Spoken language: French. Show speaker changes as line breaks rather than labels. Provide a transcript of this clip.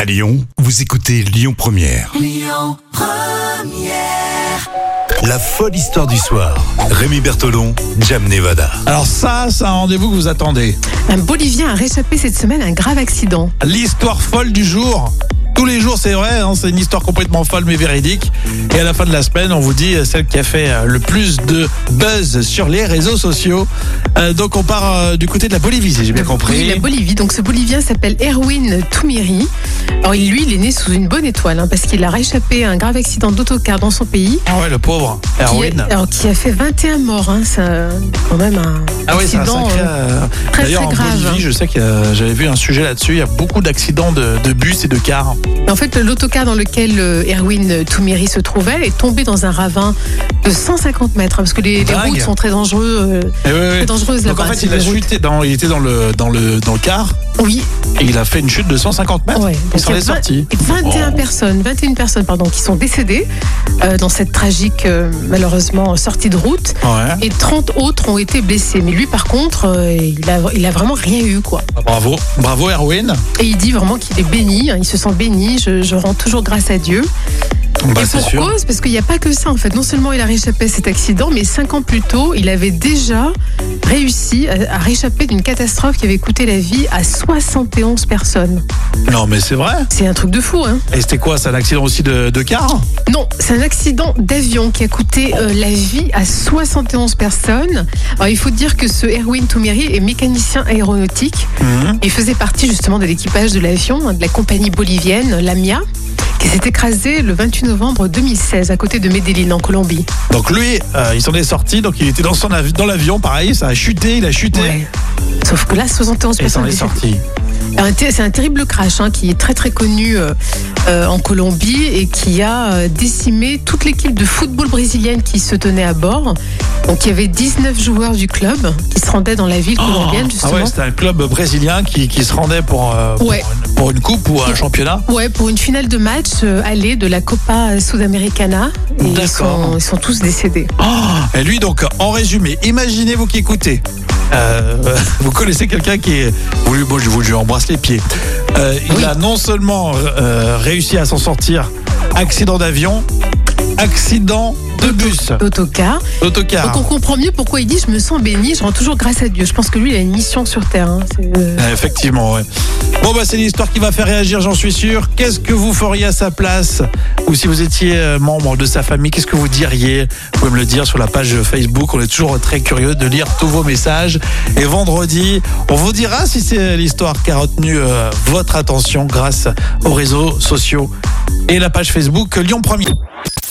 À Lyon, vous écoutez Lyon Première. Lyon Première. La folle histoire du soir. Rémi Bertolon, Jam Nevada.
Alors ça, c'est un rendez-vous que vous attendez.
Un Bolivien a réchappé cette semaine à un grave accident.
L'histoire folle du jour. Tous les jours, c'est vrai, hein, c'est une histoire complètement folle mais véridique. Et à la fin de la semaine, on vous dit euh, celle qui a fait euh, le plus de buzz sur les réseaux sociaux. Euh, donc on part euh, du côté de la Bolivie, si j'ai bien
Oui,
compris.
la Bolivie. Donc ce Bolivien s'appelle Erwin Tumiri. Alors il- lui, il est né sous une bonne étoile hein, parce qu'il a réchappé à un grave accident d'autocar dans son pays.
Ah ouais, le pauvre
Qui,
Erwin.
a- alors, qui a fait 21 morts. Hein, c'est un- quand même un
Ah oui, c'est un
accident
sacré.
euh,
euh,
très,
D'ailleurs,
très
en
grave.
Bolivie, je sais que euh, j'avais vu un sujet là-dessus. Il y a beaucoup d'accidents de, de bus et de cars.
En fait, l'autocar dans lequel euh, Erwin Tumiri se trouvait est tombé dans un ravin de 150 mètres hein, parce que les, les
Dingue.
routes sont très dangereuses. euh,
Eh ouais, ouais.
très dangereuses
Donc en
là-bas. hein,
fait,
c'est
il a
des routes.
chuté. Dans, il était dans le dans le dans le car
Oui,
et il a fait une chute de 150 mètres.
Ouais,
il
donc
s'en
il y a
est
vingt-
sorti.
Et 21
Oh.
personnes, 21 personnes pardon, qui sont décédées euh, dans cette tragique euh, malheureusement sortie de route.
Ouais.
Et 30 autres ont été blessés. Mais lui, par contre, euh, il, a, il a vraiment rien eu, quoi.
Ah, Bravo, bravo Erwin.
Et il dit vraiment qu'il est béni, hein, il se sent béni, je, je rends toujours grâce à Dieu.
Bah,
et
c'est
pour
sûr.
cause, parce qu'il n'y a pas que ça, en fait. Non seulement il a réchappé à cet accident, mais 5 ans plus tôt, il avait déjà réussi à, à réchapper d'une catastrophe qui avait coûté la vie à 71 personnes.
Non mais c'est vrai.
C'est un truc de fou, hein
Et c'était quoi C'est un accident aussi de, de car
Non, c'est un accident d'avion qui a coûté euh, la vie à 71 personnes. Alors, il faut dire que ce Erwin Toumiri est mécanicien aéronautique.
Mhm.
Il faisait partie justement de l'équipage de l'avion hein, de la compagnie bolivienne Lamia qui s'est écrasé le 28 novembre 2016 à côté de Medellín en Colombie.
Donc lui, euh, il s'en est sorti. Donc il était dans son avi- dans l'avion, pareil. Ça a chuté, il a chuté
Sauf que là, 71
et il s'en
personnes.
est sorti.
Alors, un ter- C'est un terrible crash hein, qui est très très connu euh, euh, en Colombie et qui a euh, décimé toute l'équipe de football brésilienne qui se tenait à bord. Donc il y avait 19 joueurs du club qui se rendaient dans la ville colombienne
ah
justement.
ouais, c'était un club brésilien qui, qui se rendait pour, euh,
Ouais.
pour, une, pour une coupe ou un championnat.
Ouais, pour une finale de match euh, aller de la Copa Sudamericana. Et Ils
D'accord.
sont, ils sont tous décédés.
Oh, et lui donc, en résumé, imaginez vous qui écoutez. euh, vous connaissez quelqu'un qui est. Vous lui, moi, je vous je lui embrasse les pieds. Euh,
Oui.
Il a non seulement euh, réussi à s'en sortir, accident d'avion, accident de bus,
Autocar. Donc
d'autocar.
on comprend mieux pourquoi il dit je me sens béni, je rends toujours grâce à Dieu. Je pense que lui il a une mission sur terre. hein. C'est, euh,
Ah, Effectivement, ouais. Bon, bah, c'est l'histoire qui va faire réagir, j'en suis sûr. Qu'est-ce que vous feriez à sa place Ou si vous étiez euh, membre de sa famille, qu'est-ce que vous diriez Vous pouvez me le dire sur la page Facebook. On est toujours très curieux de lire tous vos messages. Et vendredi, on vous dira si c'est l'histoire qui a retenu euh, votre attention grâce aux réseaux sociaux et la page Facebook Lyon 1er.